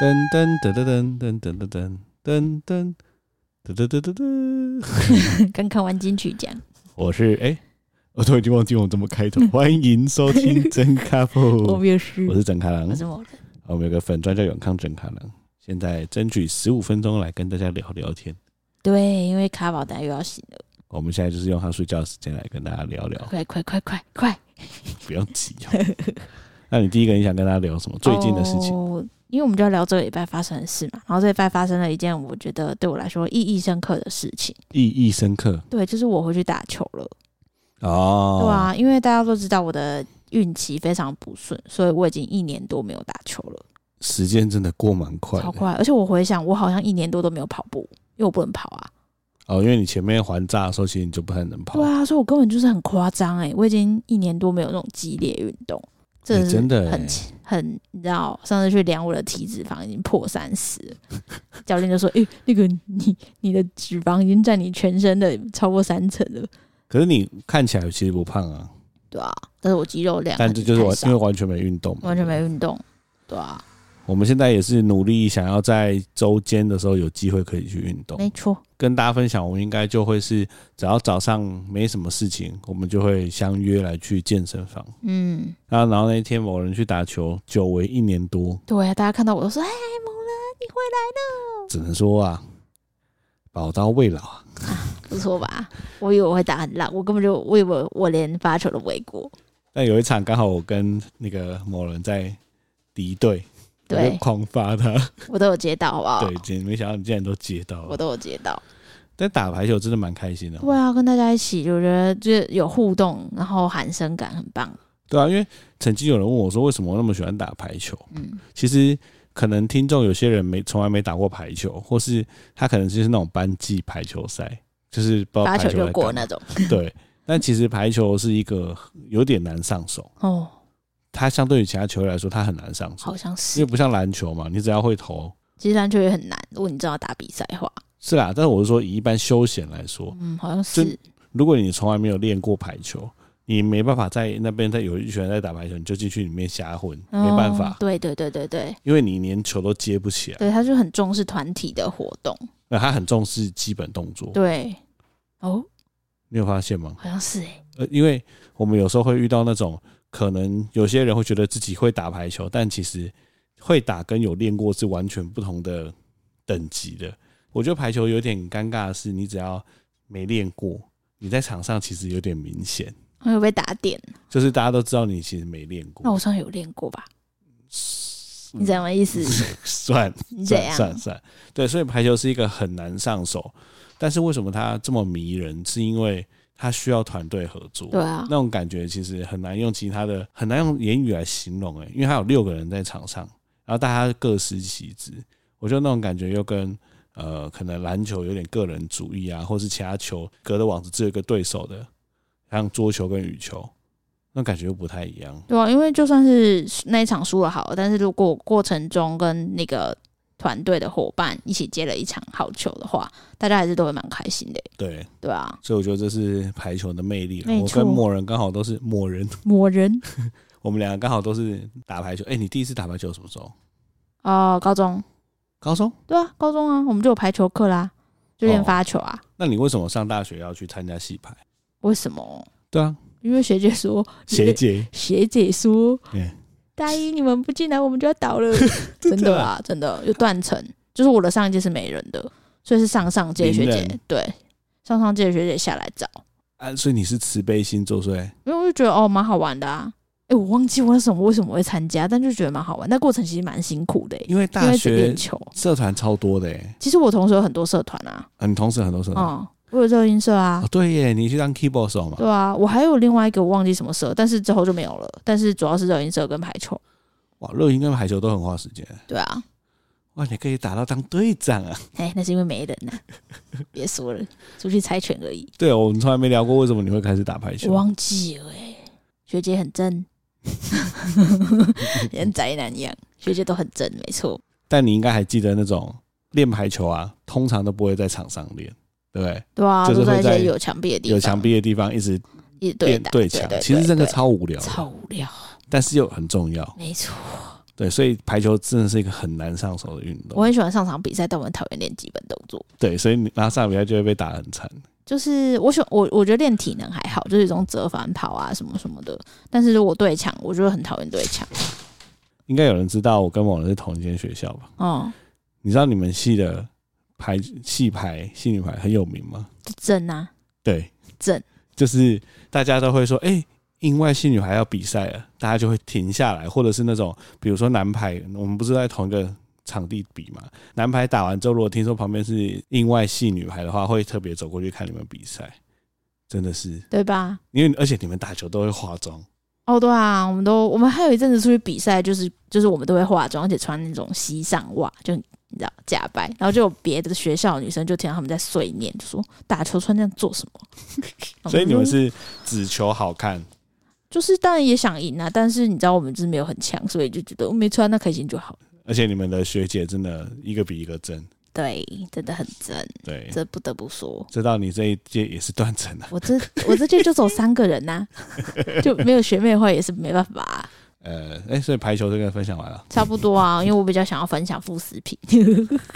噔噔噔噔噔噔噔噔噔噔噔噔噔噔噔，刚看完金曲奖，我是哎、我都已经忘记我怎么开头。欢迎收听真咖我啡，也是，哦我是整咖郎我，是某人，我们有个粉专叫永康整咖郎，现在争取十五分钟来跟大家聊聊天。对，因为卡宝蛋又要醒了，我们现在就是用他睡觉的时间来跟大家聊聊，快快快快快！不用急哦。那你第一个你想跟大家聊什么？最近的事情？哦，因为我们就要聊这个礼拜发生的事嘛，然后这礼拜发生了一件我觉得对我来说意义深刻的事情，意义深刻对，就是我回去打球了，哦对啊，因为大家都知道我的运气非常不顺，所以我已经一年多没有打球了，时间真的过蛮快超的快，而且我回想，我好像一年多都没有跑步，因为我不能跑啊，哦，因为你前面还炸的时候，其实你就不太能跑对。啊，所以我根本就是很夸张哎，我已经一年多没有那种激烈运动，哎这真的很哎奇、很，你知道，上次去量我的体脂肪已经破三十， 教练就说：“哎、那个你你的脂肪已经占你全身的超过三成了。可是你看起来其实不胖啊，” 对啊，但是我肌肉量但很这就是很完少因为完全没运动嘛，完全没运动，对啊，我们现在也是努力想要在周间的时候有机会可以去运动。没错，跟大家分享，我们应该就会是只要早上没什么事情，我们就会相约来去健身房。嗯，然后，然后那一天某人去打球，久违一年多，对啊，大家看到我都说：“哎，某人你回来了。” 只能说啊，宝刀未老啊。不错吧？我以为我会打很烂，我根本就我以为我连发球都不会过。但有一场刚好我跟那个某人在敌对，我就对狂发他，我都有接到，好不好？对，竟没想到你竟然都接到我了。都有接到。但打排球真的蛮开心的哦，对啊，跟大家一起，我觉得就是有互动，然后喊声感很棒。对啊，因为曾经有人问我说，为什么我那么喜欢打排球？嗯，其实可能听众有些人没从来没打过排球，或是他可能就是那种班级排球赛，就是不知道发哦排球球就在过干嘛那种。对。但其实排球是一个有点难上手，哦，它相对于其他球类来说，它很难上手好，像因为是。不像篮球嘛，你只要会投其实篮球也很难，如果你知道打比赛的话，是啦。但是我是说，以一般休闲来说，嗯，好像哦真是。如果你从来没有练过排球，你没办法在那边在有一群人在打排球，你就进去里面瞎混，没办哦法，啊对对对对对因为你连球都接不起来。对，他就很重视团体的活动。那呃他很重视基本动作，对，哦，你有发现吗？好像是哎。呃，因为我们有时候会遇到那种可能有些人会觉得自己会打排球，但其实会打跟有练过是完全不同的等级的。我觉得排球有点尴尬的是，你只要没练过，你在场上其实有点明显，我有被打点，就是大家都知道你其实没练那过我。上次有练过吧？你怎么 意思？ 算你怎嗯算样？算算，对，所以排球是一个很难上手，但是为什么它这么迷人？是因为它需要团队合作。对啊那，种感觉其实很难用其他的，很难用言语来形容诶、因为他有六个人在场上，然后大家各司其职，我觉得那种感觉又跟呃，可能篮球有点个人主义啊，或是其他球隔的网子只有一个对手的，像桌球跟羽球，那感觉又不太一样。对啊，因为就算是那一场输了好了，但是如果过程中跟那个团队的伙伴一起接了一场好球的话，大家还是都会蛮开心的，对，对啊。所以我觉得这是排球的魅力啦。没我跟错某人刚好都是某人，某人我们两个刚好都是打排球。哎、你第一次打排球什么时候？哦、高中高中？对啊，高中啊，我们就有排球课啦，就练哦发球啊。那你为什么上大学要去参加戏排？为什么？对啊，因为学姐说，学姐。学姐说嗯，大一你们不进来，我们就要倒了。真的啊，真的有断层，就是我的上一届是没人的，所以是上上届学零姐人对上上届学姐下来找。啊，所以你是慈悲心作祟，因为我就觉得哦，蛮好玩的啊。哎、我忘记我那时候为什么会参加，但就觉得蛮好玩。那过程其实蛮辛苦的、欸，因为因大为只学练球。社团超多的欸，其实我同时有很多社团啊，很同时很多社团。嗯，我有热音社啊哦，，对耶，你去当 keyboard 手嘛？对啊，我还有另外一个我忘记什么社，但是之后就没有了。但是主要是热音社跟排球，哇，热音跟排球都很花时间。对啊，哇，你可以打到当队长啊！ 哎、那是因为没人呐、 别说了，出去猜拳而已。对，哦我们从来没聊过为什么你会开始打排我球。忘记了、欸，学姐很 正，跟宅男一样，学姐都很正，没错。但你应该还记得那种练排球啊，通常都不会在场上练，对不对？对啊，就是都在会一在些有墙壁的地方，有墙壁的地方一直一直对练打对墙对，其实对真的对超无聊的，超无聊，但是又很重要。没错，对，所以排球真的是一个很难上手的运我动。很喜欢上场比赛，但我很讨厌练基本动作。对，所以你拉上比赛就会被打得很惨。就是我喜我我觉得练体能还好，就是一种折返跑啊什么什么的。但是如果对抢，我就很讨厌对抢。应该有人知道我跟某人是同一间学校吧？哦，你知道你们系的排系排系女排很有名吗？就正啊，对，正就是大家都会说，哎、因外系女孩要比赛了，大家就会停下来，或者是那种，比如说男排，我们不是在同一个场地比嘛？男排打完之后，如果听说旁边是因外系女排的话，会特别走过去看你们比赛，真的是，对吧？因为而且你们打球都会化妆，哦，对啊，我们都我们还有一阵子出去比赛，就是就是我们都会化妆，而且穿那种西上袜，就你知道假白。然后就有别的学校的女生就听到他们在碎念，就说打球穿这样做什么？ 所以你们嗯是只求好看，就是当然也想赢啊，但是你知道我们就是没有很强，所以就觉得我没穿那开心就好。而且你们的学姐真的一个比一个真，对，真的很真，对，这不得不说。这到你这一届也是断层啊。我 这我这届就走三个人 呐、就没有学妹的话也是没办法啊、呃，哎、所以排球这个分享完了，差不多啊，因为我比较想要分享副食品，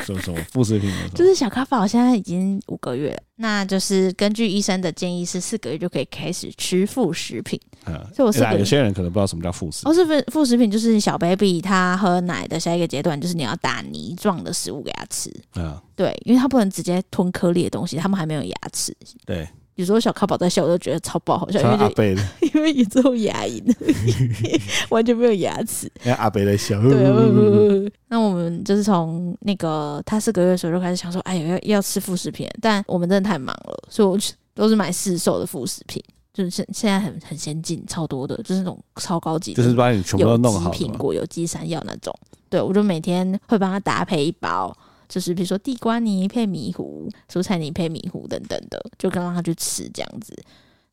什么什么副食品有什么，就是小咖宝现在已经五个月了，那就是根据医生的建议是四个月就可以开始吃副食品。嗯，所以我是啦个有些人可能不知道什么叫副食，哦，是副副食品就是小 baby 他喝奶的下一个阶段就是你要打泥状的食物给他吃，嗯，对，因为他不能直接吞颗粒的东西，他们还没有牙齿。对，有时候小咖宝在笑，我都觉得超爆好笑，因像为阿就北，因为也只有牙龈， 完全没有牙 齿。像阿北在笑，对、啊，那我们就是从那个他四个月的时候就开始想说，哎呀，要要吃副食品，但我们真的太忙了，所以我就都是买市售的副食品，就是现现在很很先进，超多的，就是那种超高级的，就是把你全部都有机弄好苹了。果、有机山药那种。对，我就每天会帮他搭配一包，就是比如说地瓜泥配米糊、蔬菜泥配米糊等等的，就跟让他去吃这样子。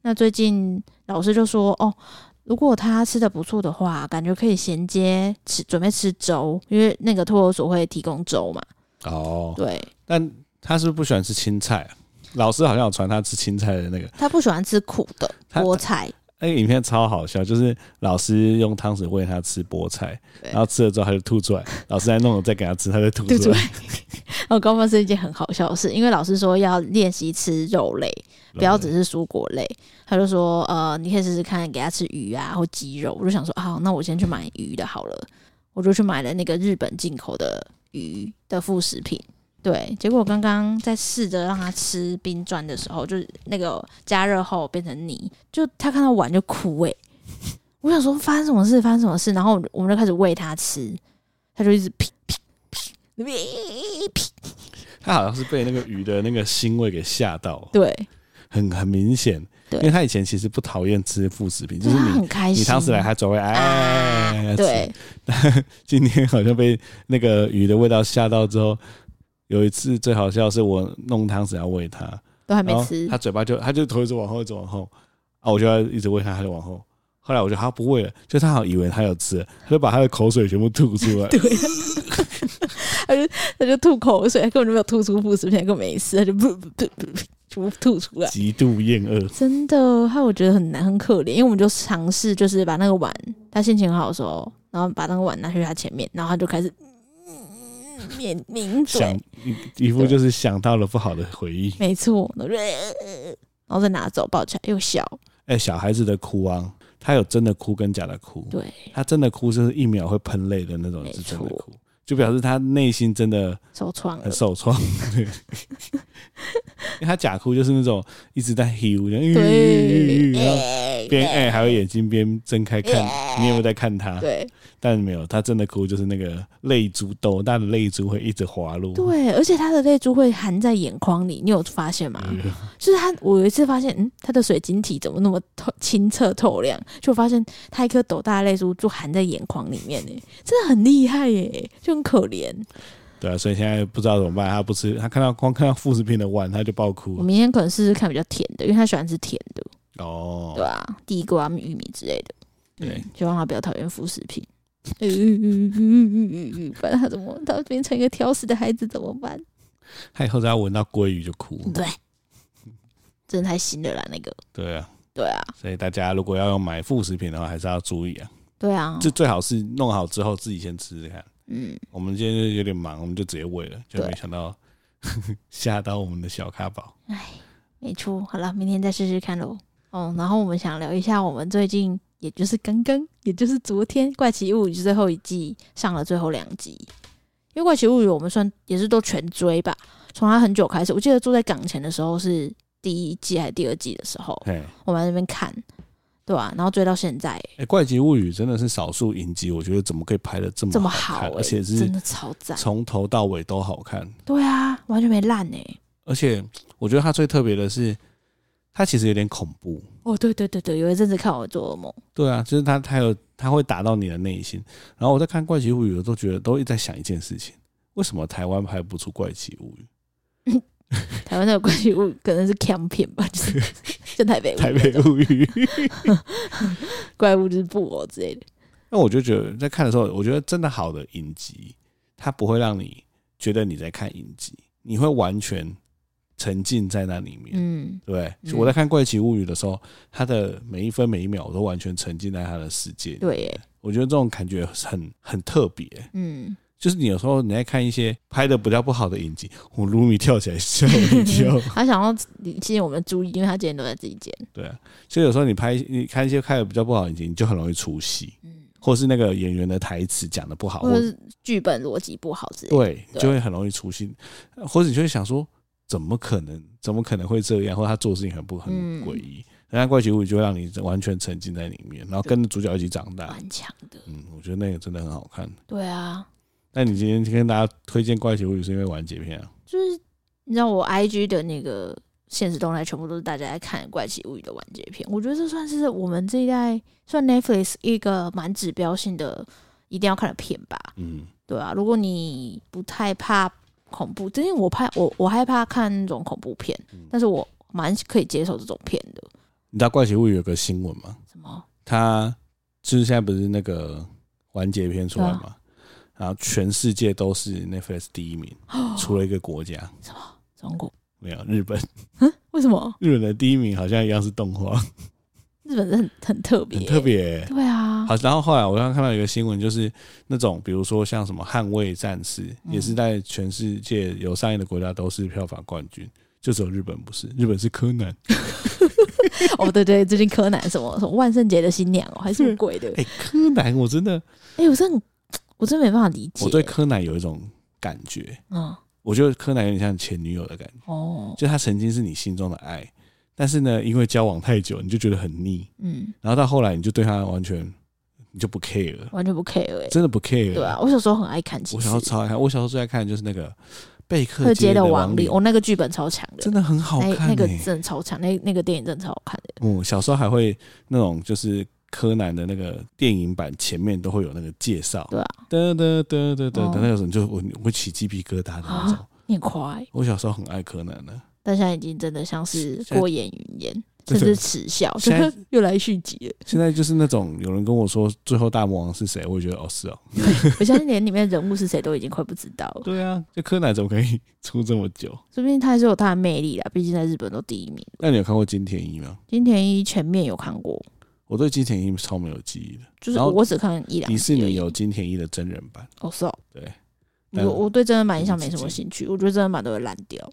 那最近老师就说，哦，如果他吃的不错的话，感觉可以衔接吃，准备吃粥，因为那个托儿所会提供粥嘛。哦，对但他是不是不喜欢吃青菜啊？老师好像有传他吃青菜的那个，他不喜欢吃苦的他菠菜， 那个影片超好笑，就是老师用汤匙喂他吃菠菜，对然后吃了之后他就吐出来，老师在弄了再给他吃，他就吐对不出对来。？我刚发生一件很好笑的事，因为老师说要练习吃肉类，不要只是蔬果类。他就说，呃，你可以试试看，给他吃鱼啊或鸡肉。我就想说，啊，那我先去买鱼的好了，我就去买了那个日本进口的鱼的副食品。对，结果我刚刚在试着让他吃冰砖的时候，就是那个加热后变成泥，就他看到碗就哭诶、我想说发生什么事，发生什么事，然后我们就我们就开始喂他吃，他就一直屁屁屁屁，他好像是被那个鱼的那个腥味给吓到，对，很很明显。对因为他以前其实不讨厌吃副食品，就对是他你很开心。你当时来他只会哎，啊，对，今天好像被那个鱼的味道吓到之后，有一次最好笑的是我弄汤匙要喂它，都还然没后吃它，嘴巴就它就头一直往后，一直往后，啊，我就要一直喂它，它就往后。后来我就它不喂了，就它好像以为它有吃了，它就把它的口水全部吐出来。他就吐口水，他根本就没有吐出副食品，他根本没吃，他就不不不不不全部吐出来。极度厌恶，真的，害我觉得很难很可怜，因为我们就尝试就是把那个碗，他心情很好的时候，然后把那个碗拿去他前面，然后他就开始抿抿想嘴，一一副就是想到了不好的回忆。没错，然后就然后再拿走抱起来又笑，哎、小孩子的哭啊，他有真的哭跟假的哭，对，他真的哭就是一秒会喷泪的那种，没是真的错呃哭，就表示他内心真的受创了很。受创。 对，因为他假哭就是那种一直在 h 对，呃然后边哎、还有眼睛边睁开看你有没有在看他，对但没有，他真的哭就是那个泪珠斗大的泪珠会一直滑落。对，而且他的泪珠会含在眼眶里，你有发现吗？就是他，我有一次发现，嗯，他的水晶体怎么那么透清澈透亮？就发现他一颗斗大的泪珠就含在眼眶里面呢、真的很厉害耶、就很可怜。对啊，所以现在不知道怎么办，他不吃，他看到光看到副食品的碗他就爆我哭。明天可能试试看比较甜的，因为他喜欢吃甜的，哦，对啊，地瓜、玉米之类的。对嗯，就让他不要讨厌副食品。呃呃呃呃呃呃不然他怎么，他变成一个挑食的孩子怎么办？他以后只要闻到鲑鱼就哭。对，真的太新了啦，那个。对啊，对啊，所以大家如果要用买副食品的话，还是要注意啊。对啊，就最好是弄好之后自己先吃吃看。嗯，我们今天就有点忙，我们就直接喂了，就对没想到 吓到我们的小咖宝。没错。好了，明天再试试看喽。哦，然后我们想聊一下我们最近，也就是刚刚，也就是昨天《怪奇物语》最后一季上了最后两集，因为《怪奇物语》我们算也是都全追吧，从它很久开始，我记得住在港前的时候是第一季还是第二季的时候，嘿，我们在那边看，对吧、然后追到现在，哎，《怪奇物语》真的是少数影集，我觉得怎么可以拍的这么这么好好、看欸，而且是真的超赞。从头到尾都好看。对啊，完全没烂哎、而且我觉得它最特别的是，它其实有点恐怖。哦，对对对对，有一阵子看我做噩梦，对啊，就是它，它有它会打到你的内心。然后我在看《怪奇物语》，我都觉得都一直在想一件事情：为什么台湾拍不出《怪奇物语台湾那个怪奇物语可能是 camp 片吧，就是 就台北》、 《物台北物语》？ 怪物之布偶之类的。那我就觉得在看的时候，我觉得真的好的影集，它不会让你觉得你在看影集，你会完全沉浸在那里面。嗯，对，嗯我在看《怪奇物语》的时候，它的每一分每一秒，我都完全沉浸在它的世界里。对耶，我觉得这种感觉很很特别，嗯，就是你有时候你在看一些拍的比较不好的影集，我卢米跳起来吓我一 跳。他想要吸引我们的注意，因为他今天都在自己剪。对啊，所以有时候你拍你看一些拍的比较不好的影集，你就很容易出戏，嗯，或是那个演员的台词讲的不好，或或者是剧本逻辑不好之类的。对，就会很容易出戏，或者你就会想说，怎么可能？怎么可能会这样？或者他做事情很不很嗯诡异。人家怪奇物语就会让你完全沉浸在里面，然后跟着主角一起长大。蛮强的。嗯，我觉得那个真的很好看。对啊，那你今天跟大家推荐怪奇物语是因为完结篇啊？就是你知道我 IG 的那个现实动态，全部都是大家在看《怪奇物语》的完结篇。我觉得这算是我们这一代算 Netflix 一个蛮指标性的一定要看的片吧。嗯，对啊，如果你不太怕恐怖，因为我怕我我害怕看那种恐怖片，嗯但是我蛮可以接受这种片的。你知道怪奇物语有个新闻吗？什么？它就是现在不是那个完结篇出来啊嘛，然后全世界都是 Netflix 第一名，哦除了一个国家 中国？没有日本，为什么日本的第一名好像一样是动画，日本人很很特别、很特。别欸、对啊，好，然后后来我刚刚看到一个新闻，就是那种比如说像什么《捍卫战士》，嗯也是在全世界有上映的国家都是票房冠军，就只有日本不是，日本是柯南。哦对对，最近柯南什么什么万圣节的新娘哦，还是什么鬼的？哎、柯南，我真的哎、我真的很我真的没办法理解。我对柯南有一种感觉，嗯我觉得柯南有点像前女友的感觉，哦就他曾经是你心中的爱，但是呢，因为交往太久，你就觉得很腻，嗯，然后到后来你就对他完全你就不 care 了，完全不 care 哎、真的不 care。对啊，，我小时候很爱看，其我实小时候超爱看，我小时候最爱看的就是那个《贝克特街街的亡亡灵，灵》我、那个剧本超强的，真的很好那看、欸那个真的超强，那那个电影真的超好看的。嗯，小时候还会那种就是柯南的那个电影版前面都会有那个介绍，对啊，得得得得得哦得，那个时候你就我我会起鸡皮疙瘩的那种啊。你很快、我小时候很爱柯南的，但现在已经真的像是过眼云烟，现甚在至耻笑，现在 又来续集了。现在就是那种有人跟我说最后大魔王是谁，我也觉得哦是哦，我相信连里面人物是谁都已经快不知道了，对啊，这柯南怎么可以 出这么久？说不定他还是有他的魅力啦。毕竟在日本都第一名，那你有看过金田一吗？金田一全面有看过，我对金田一超没有记忆的，就是然后我只看一两集而迪已。士尼有金田一的真人版，哦是哦，对，我但我对真人版印象我没自什己嗯么兴趣，我觉得真人版都会烂掉。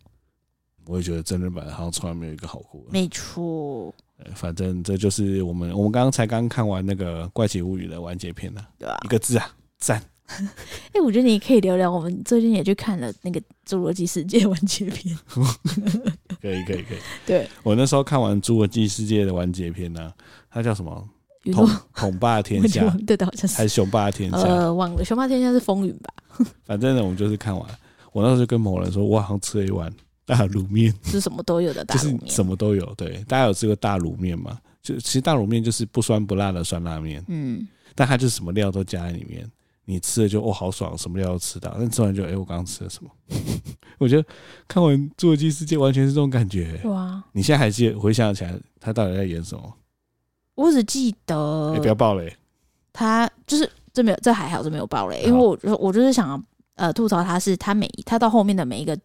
我也觉得真人版好像从来没有一个好过的。没错，呃反正这就是我们我们刚刚才刚看完那个《怪奇物语》的完结篇呢、对吧、一个字啊，赞！哎、我觉得你可以聊聊，我们最近也去看了那个《侏罗纪世界》完结篇。可以可以可以。对，我那时候看完《侏罗纪世界》的完结篇呢、它叫什么？云统诺，统霸天 我就下忘对的，好像还是是雄霸天下？呃忘了，《熊猫天下》是风云吧？反正呢，我们就是看完。我那时候就跟某人说，我好像吃了一碗大卤面，是什么都有的大就卤是面。什么都有。对，大家有吃过大卤面吗？就其实大卤面就是不酸不辣的酸辣面，嗯，但它就是什么料都加在里面，你吃了就哦好爽，什么料都吃到，但吃完就哎、我刚刚吃了什么？ 我觉得看完《侏罗纪世界》完全是这种感觉。对啊，你现在还记得回想起来，他到底在演什么？我只记哎、得不要爆雷、他就是这没有，这还好，这没有爆雷，因为好我就我就是想呃吐槽他是他每他到后面的每一个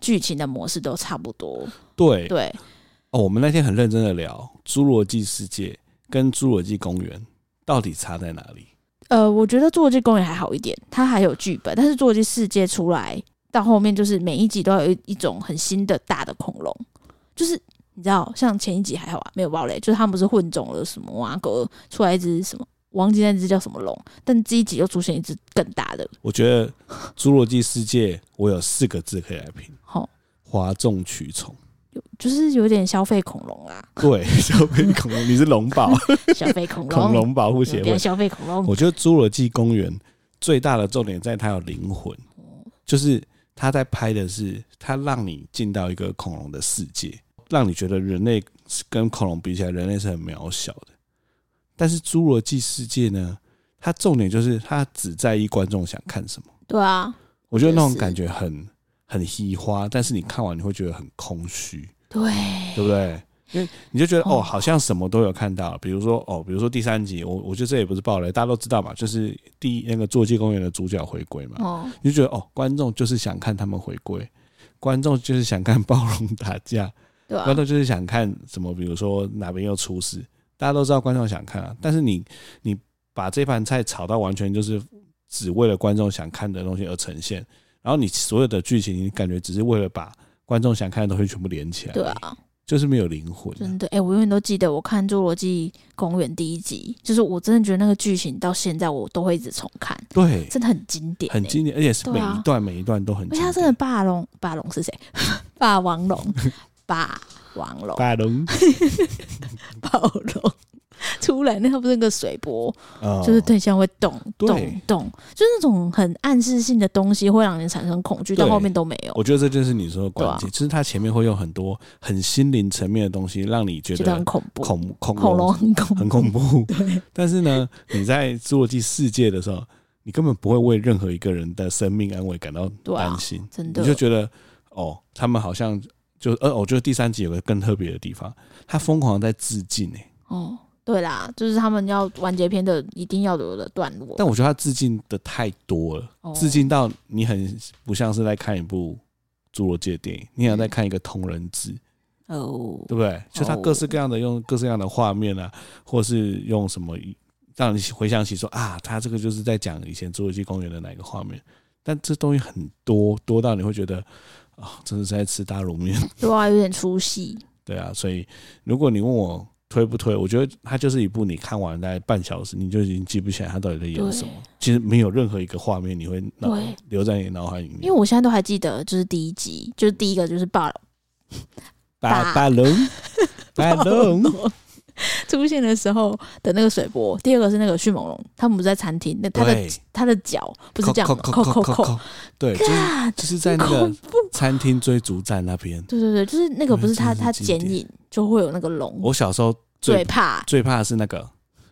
剧情的模式都差不多，对对，哦，我们那天很认真的聊《侏罗纪世界》跟《侏罗纪公园》到底差在哪里？呃，我觉得《侏罗纪公园》还好一点，它还有剧本，但是《侏罗纪世界》出来到后面，就是每一集都有一一种很新的大的恐龙，就是你知道，像前一集还好啊，没有暴雷，就是他们不是混种了什么啊，狗出来一只什么，王记那只叫什么龙，但这一集又出现一只更大的，我觉得《侏罗纪世界》，我有四个字可以来评：吼，哗众取宠。有就是有点消费恐龙啦，对， 小飞恐龙，你是龙宝，消费恐龙， 恐龙保护协有会点。消费恐龙，我觉得《侏罗纪公园》最大的重点在它有灵魂，就是它在拍的是它让你进到一个恐龙的世界，让你觉得人类是跟恐龙比起来，人类是很渺小的。但是《侏罗纪世界》呢，它重点就是它只在意观众想看什么。对啊，我觉得那种是感觉很很稀花，但是你看完你会觉得很空虚，对，对不对？因为你就觉得哦，哦好像什么都有看到，比如说哦，比如说第三集，我我觉得这也不是暴雷，大家都知道嘛，就是第一那个《侏罗纪公园》的主角回归嘛，哦，你就觉得哦，观众就是想看他们回归，观众就是想看 暴龙打架，对啊观，众就是想看什么，比如说哪边又出事，大家都知道观众想看啊，但是你你把这盘菜炒到完全就是只为了观众想看的东西而呈现，然后你所有的剧情你感觉只是为了把观众想看的东西全部连起来，对，啊，就是没有灵魂啊、真的，哎、我永远都记得我看《侏罗纪公园》第一集，就是我真的觉得那个剧情到现在我都会一直重看，对，真的很经典、很。经典，而且是每对啊一段每一段都很而经且典。他真的霸龙，霸龙是谁？ 霸王龙，霸王龙，霸龙，暴龙。出来，那它不是那个水波，哦 就是对象会动对动动，就是那种很暗示性的东西，会让人产生恐惧，对到后面都没有，哦我觉得这就是你说的关对键，就是它前面会有很多很心灵层面的东西，让你觉觉得很得恐怖，恐恐恐龙很恐怖很，恐怖。 对但是呢，你在侏罗纪世界的时候，你根本不会为任何一个人的生命安危感到对啊担心，真的你就觉得哦，他们好像就呃，我觉得第三集有个更特别的地方，他疯狂在致敬诶、欸哦，对啦，就是他们要完结篇的一定要有的段落，但我觉得他致敬的太多了，哦致敬到你很不像是在看一部侏罗纪的电影，你想在看一个同人志，嗯哦，对不对？就他哦各式各样的用各式各样的画面啊，或是用什么让你回想起说啊，他这个就是在讲以前侏罗纪公园的哪个画面，但这东西很多多到你会觉得啊，真的是在吃大卤面，对啊，有点出戏，对 啊。所以如果你问我推不推，我觉得它就是一部你看完大概半小时，你就已经记不起来它到底在演对什么。其实没有任何一个画面你会脑对留在你脑海里面。因为我现在都还记得，就是第一集，就是第一个就是霸大大大 龙，大龙，出现的时候的那个水波，第二个是那个迅猛龙，他们不是在餐厅，那他的对，他的脚不是这样扣吗，扣扣扣扣扣，扣，对， 就是嘎，就是在那恐个怖，餐厅追逐战那边，对对对，就是那个不是他真的是他经剪典影就会有那个龙，我小时候最最怕，最怕的是那个，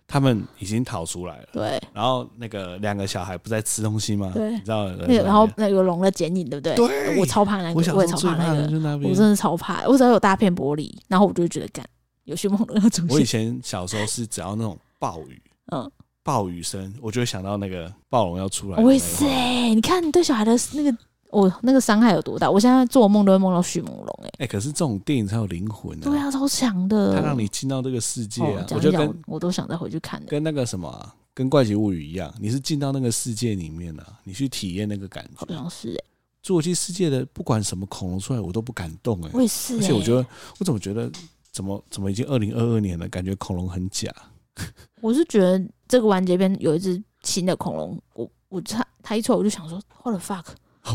他们已经逃出来了，对然后那个两个小孩不在吃东西吗？对你知道，那个然后那个龙的剪影，对不对？对我超怕那我个，小我也时候最超那怕的个就，是那边我。真的超怕，我只要有大片玻璃，然后我就会觉得干有迅猛龙要出我以现，前小时候是只要那种暴雨，嗯，暴雨声，我就会想到那个暴龙要出来的那个画面。我也是哎、你看你对小孩的那个，我、那个伤害有多大？我现在做梦都会梦到迅猛龙哎，哎、可是这种电影才有灵魂对啊，超强的，它让你进到这个世界哦啊，！我讲觉得一讲，跟我我都想再回去看欸的，跟那个什么啊、跟《怪奇物语》一样，你是进到那个世界里面啊，你去体验那个感觉好。像是哎、侏罗纪世界的不管什么恐龙出来，我都不敢动哎、我也是、欸，而且我觉得，我怎么觉得，怎么怎么已经二零二二年了，感觉恐龙很假。 我是觉得这个完结篇有一只新的恐龙，我我他他一出来我就想说，what the fuck？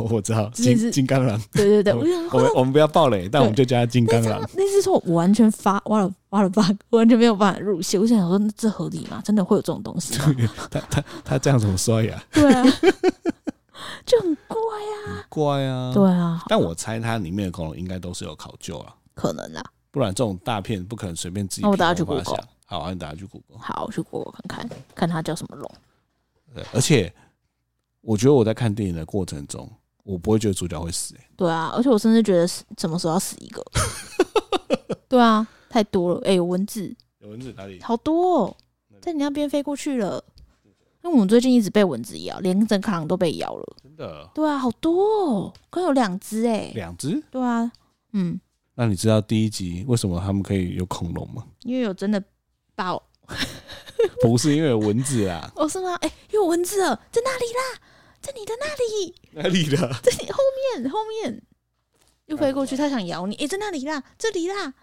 我知道真的金是哦金刚狼，对对对，我我就想我们说。我们不要暴雷，但我们就叫它金那刚狼张。那只是我完全发，what the what the fuck，我完全没有办法入戏。我想说，那这合理吗？真的会有这种东西吗？ 它它它这样怎么刷牙？ 对啊，就很怪啊。很怪啊。对啊，但我猜它里面的恐龙应该都是有考究啊，可能啦。不然这种大片不可能随便自己。那我等下去发 Google 想。好啊，你大家去 Google。好，我去 Google 看看，看它叫什么龙。对，而且我觉得我在看电影的过程中，我不会觉得主角会死、欸对啊，而且我甚至觉得是什么时候要死一个。对啊，太多了。哎、有蚊子有蚊子哪里？好多、哦，在你那边飞过去了。因为我们最近一直被蚊子咬，连整卡郎都被咬了。真的对啊，好多、哦，刚有两只哎。两只？对啊，嗯，那你知道第一集为什么他们可以有恐龙吗？因为有真的把不是因为有蚊子啊啦，哦，是吗？哎、有蚊子了，在那里啦，在你的那里，哪里 的？在你后面，后面又飞过去，它想咬你，哎、在那里啦，这里啦，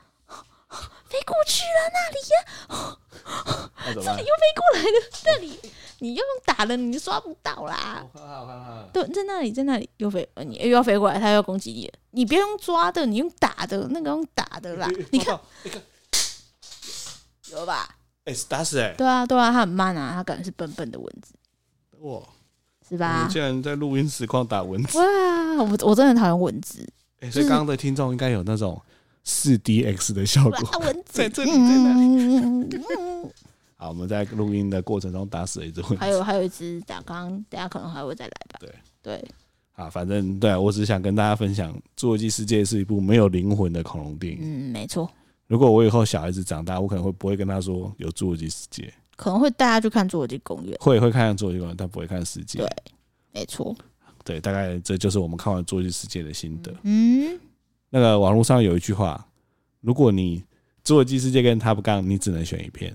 飞过去了，那里呀、那怎么办？又飞过来了， 那里，你要用打的，你就抓不到啦。我看看，我看看。对，在那里，在那里又飞，呃你又要飞过来，它又要攻击你了。你别用抓的，你用打的，那个用打的 啦。你看，看，哦你看，有吧？哎，打死哎！对啊，对啊，它很慢啊，它感觉是笨笨的蚊子，哇，是我吧们？竟然在录音实况打蚊子！哇，啊我我真的很讨厌蚊子，哎，所以刚刚的听众应该有那种四 DX 的效果。哇，蚊子在这里，在那里。嗯嗯嗯嗯好，我们在录音的过程中打死了一只蚊还子。有还有一只打刚，等下可能还会再来吧。对对，啊，反正对我只想跟大家分享，《侏罗纪世界》是一部没有灵魂的恐龙电影。嗯，没错，如果我以后小孩子长大，我可能会不会跟他说有《侏罗纪世界》，可能会带他去看侏罗纪公园。会会看《侏罗纪公园》，但不会看《世界》对。没错，对，大概这就是我们看完《侏罗纪世界》的心得。嗯，那个网络上有一句话：如果你《侏罗纪世界》跟《Top Gun》，你只能选一片，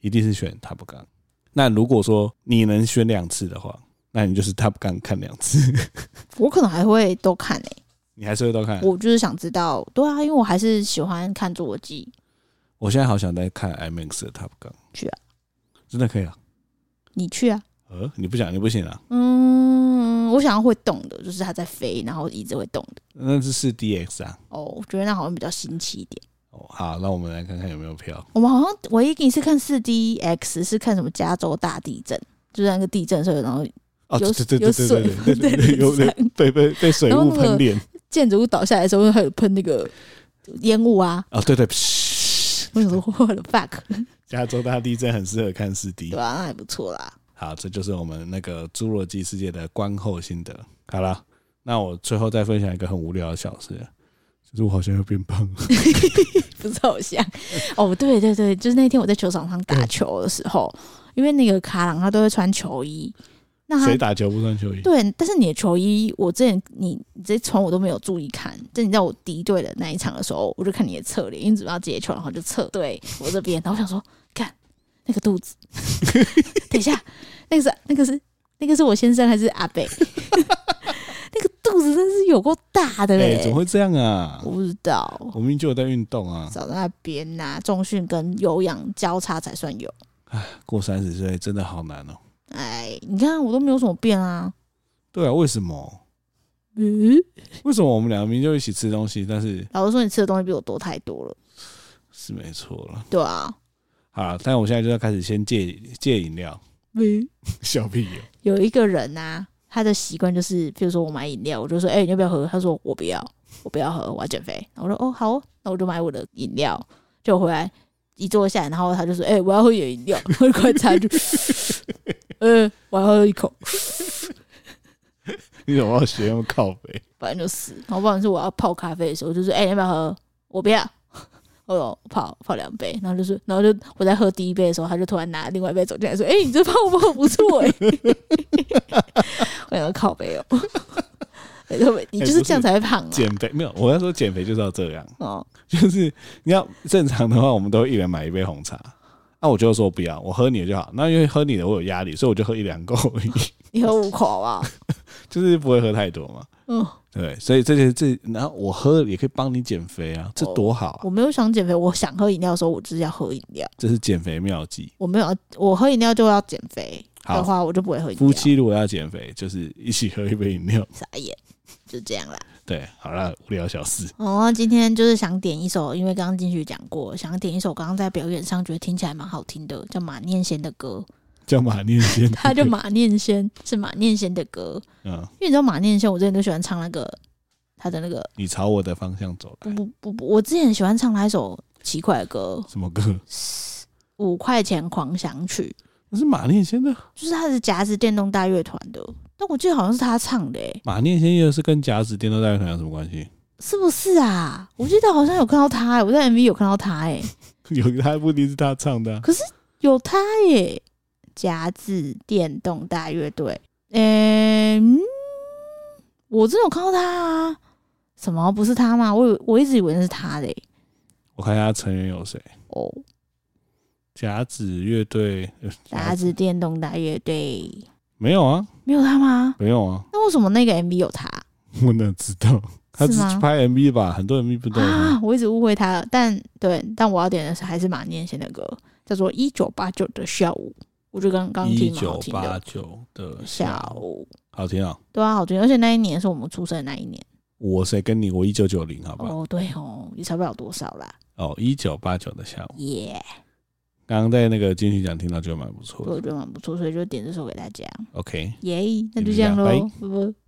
一定是选《Top Gun》。那如果说你能选两次的话，那你就是《Top Gun》看两次， 我可能还会都看诶、你还是会都看。我就是想知道，对啊，因为我还是喜欢看侏罗纪，我现在好想再看 IMAX 的 Top Gun，去啊，真的可以啊？你去啊。呃，你不想你不行啊？嗯，我想要会动的，就是它在飞，然后椅子会动的。那是是 DX 啊。哦，我觉得那好像比较新奇一点。哦，好，那我们来看看有没有票。我们好像唯一一次看四 D X 是看什么加州大地震，就是那个地震的时候，然后哦，对有对对对对对对对对，有有水人被被被水然后雾那个喷脸。建筑物倒下来的时候，还有喷那个烟雾啊。 哦，对对，我想说， 我的 fuck，加州大地震很适合看四 D 对。啊，那还不错啦。好，这就是我们那个《侏罗纪世界》的观后心得。好了，那我最后再分享一个很无聊的小事，就是我好像又变胖 了。不是偶像 哦，对对对，就是那天我在球场上打球的时候，因为那个卡朗他都会穿球衣，那他谁打球不穿球衣？啊对，但是你的球衣，我之前你你这穿我都没有注意看，但你在我敌对的那一场的时候，我就看你的侧脸，因为准备要接球，然后就侧对我这边，然后我想说，看那个肚子，等一下， 那个是那个是那个是我先生还是阿贝？ 那个肚子真是有够大的嘞、 哎，怎么会这样啊我？不知道，我明明就有在运动啊。找那边呐、重训跟有氧交叉才算有。啊过三十岁真的好难哦。哎，你看我都没有什么变啊。对啊，为什么？嗯，为什么我们两个明明就一起吃东西，但是老实说，你吃的东西比我多太多了。是没错了。对啊，好啦，但我现在就要开始先戒戒饮料，嗯。小屁友。有一个人啊，他的习惯就是，比如说我买饮料，我就说，哎、你要不要喝？他说我不要，我不要喝，我要减肥。然后我说，哦，好哦那我就买我的饮料，就回来一坐下来，然后他就说，哎、我要喝你的饮料，我就观察就， 呃、我要喝一口，你怎么要学那么靠背？反正就是，然哦后不管是我要泡咖啡的时候，我就说，哎、你要不要喝？我不要。 我有泡泡两杯，然后就是，然后就我在喝第一杯的时候，他就突然拿另外一杯走进来，说：“哎、你这泡泡不错哎、 我想说靠杯哦、哎对不对你就是这样才会胖啊！减肥没有，我要说减肥就是要这样，哦，就是你要正常的话，我们都会一人买一杯红茶。那、我就说不要，我喝你的就好。那因为喝你的我有压力，所以我就喝一两口而已， 你喝五口啊？就是不会喝太多嘛。 嗯，对，所以这些这，然后我喝也可以帮你减肥啊，这多好啊！我没有想减肥，我想喝饮料的时候，我就是要喝饮料。这是减肥妙计。我没有要，我喝饮料就要减肥的好，话，我就不会喝饮料。夫妻如果要减肥，就是一起喝一杯饮料。傻眼，就这样啦。对，好了，无聊小事。哦，今天就是想点一首，因为刚刚进去讲过，想点一首刚刚在表演上觉得听起来蛮好听的，叫马念先的歌。叫马念先， 他就马念先是马念先的歌，嗯，因为你知道马念先，我之前都喜欢唱那个他的那个你朝我的方向走不来，不不不，我之前喜欢唱他一首奇怪的歌什么歌？ 《五块钱狂想曲那是马念先的。》，就是他是夹子电动大乐团的，但我记得好像是他唱的、欸，马念先又是跟甲子电动大乐团有什么关系？ 是不是啊？我记得好像有看到他、欸，我在 MV 有看到他、欸，有他不一定是他唱的啊、可是有他耶、夹子电动大乐队，嗯，我真的有看到他啊？什么不是他吗？我以为我一直以为那是他的耶、我看一下成员有谁，哦，甲子乐队呃打子电动大乐队没有啊，没有他吗？没有啊， 那为什么那个 MV 有他我哪知道？他只是吗拍 MV 吧，很多 MV 不都有他啊？我一直误会他了，但对，但我要点的是还是马念先的歌，叫做《一九八九的下午》，我就刚刚一听蛮九好啊听哦八的。九的下下午，午，好听啊！对啊，好听，而且那一年是我们出生的那一年。我谁跟你？我一九九零，好吧？哦，对哦，也差不了多少啦，哦，一九八九的下午，耶、刚刚在那个金曲奖听到，觉得蛮不错对，我的。觉得蛮不错，所以就点这首给大家， OK，耶、那就就这这样样喽拜，拜拜。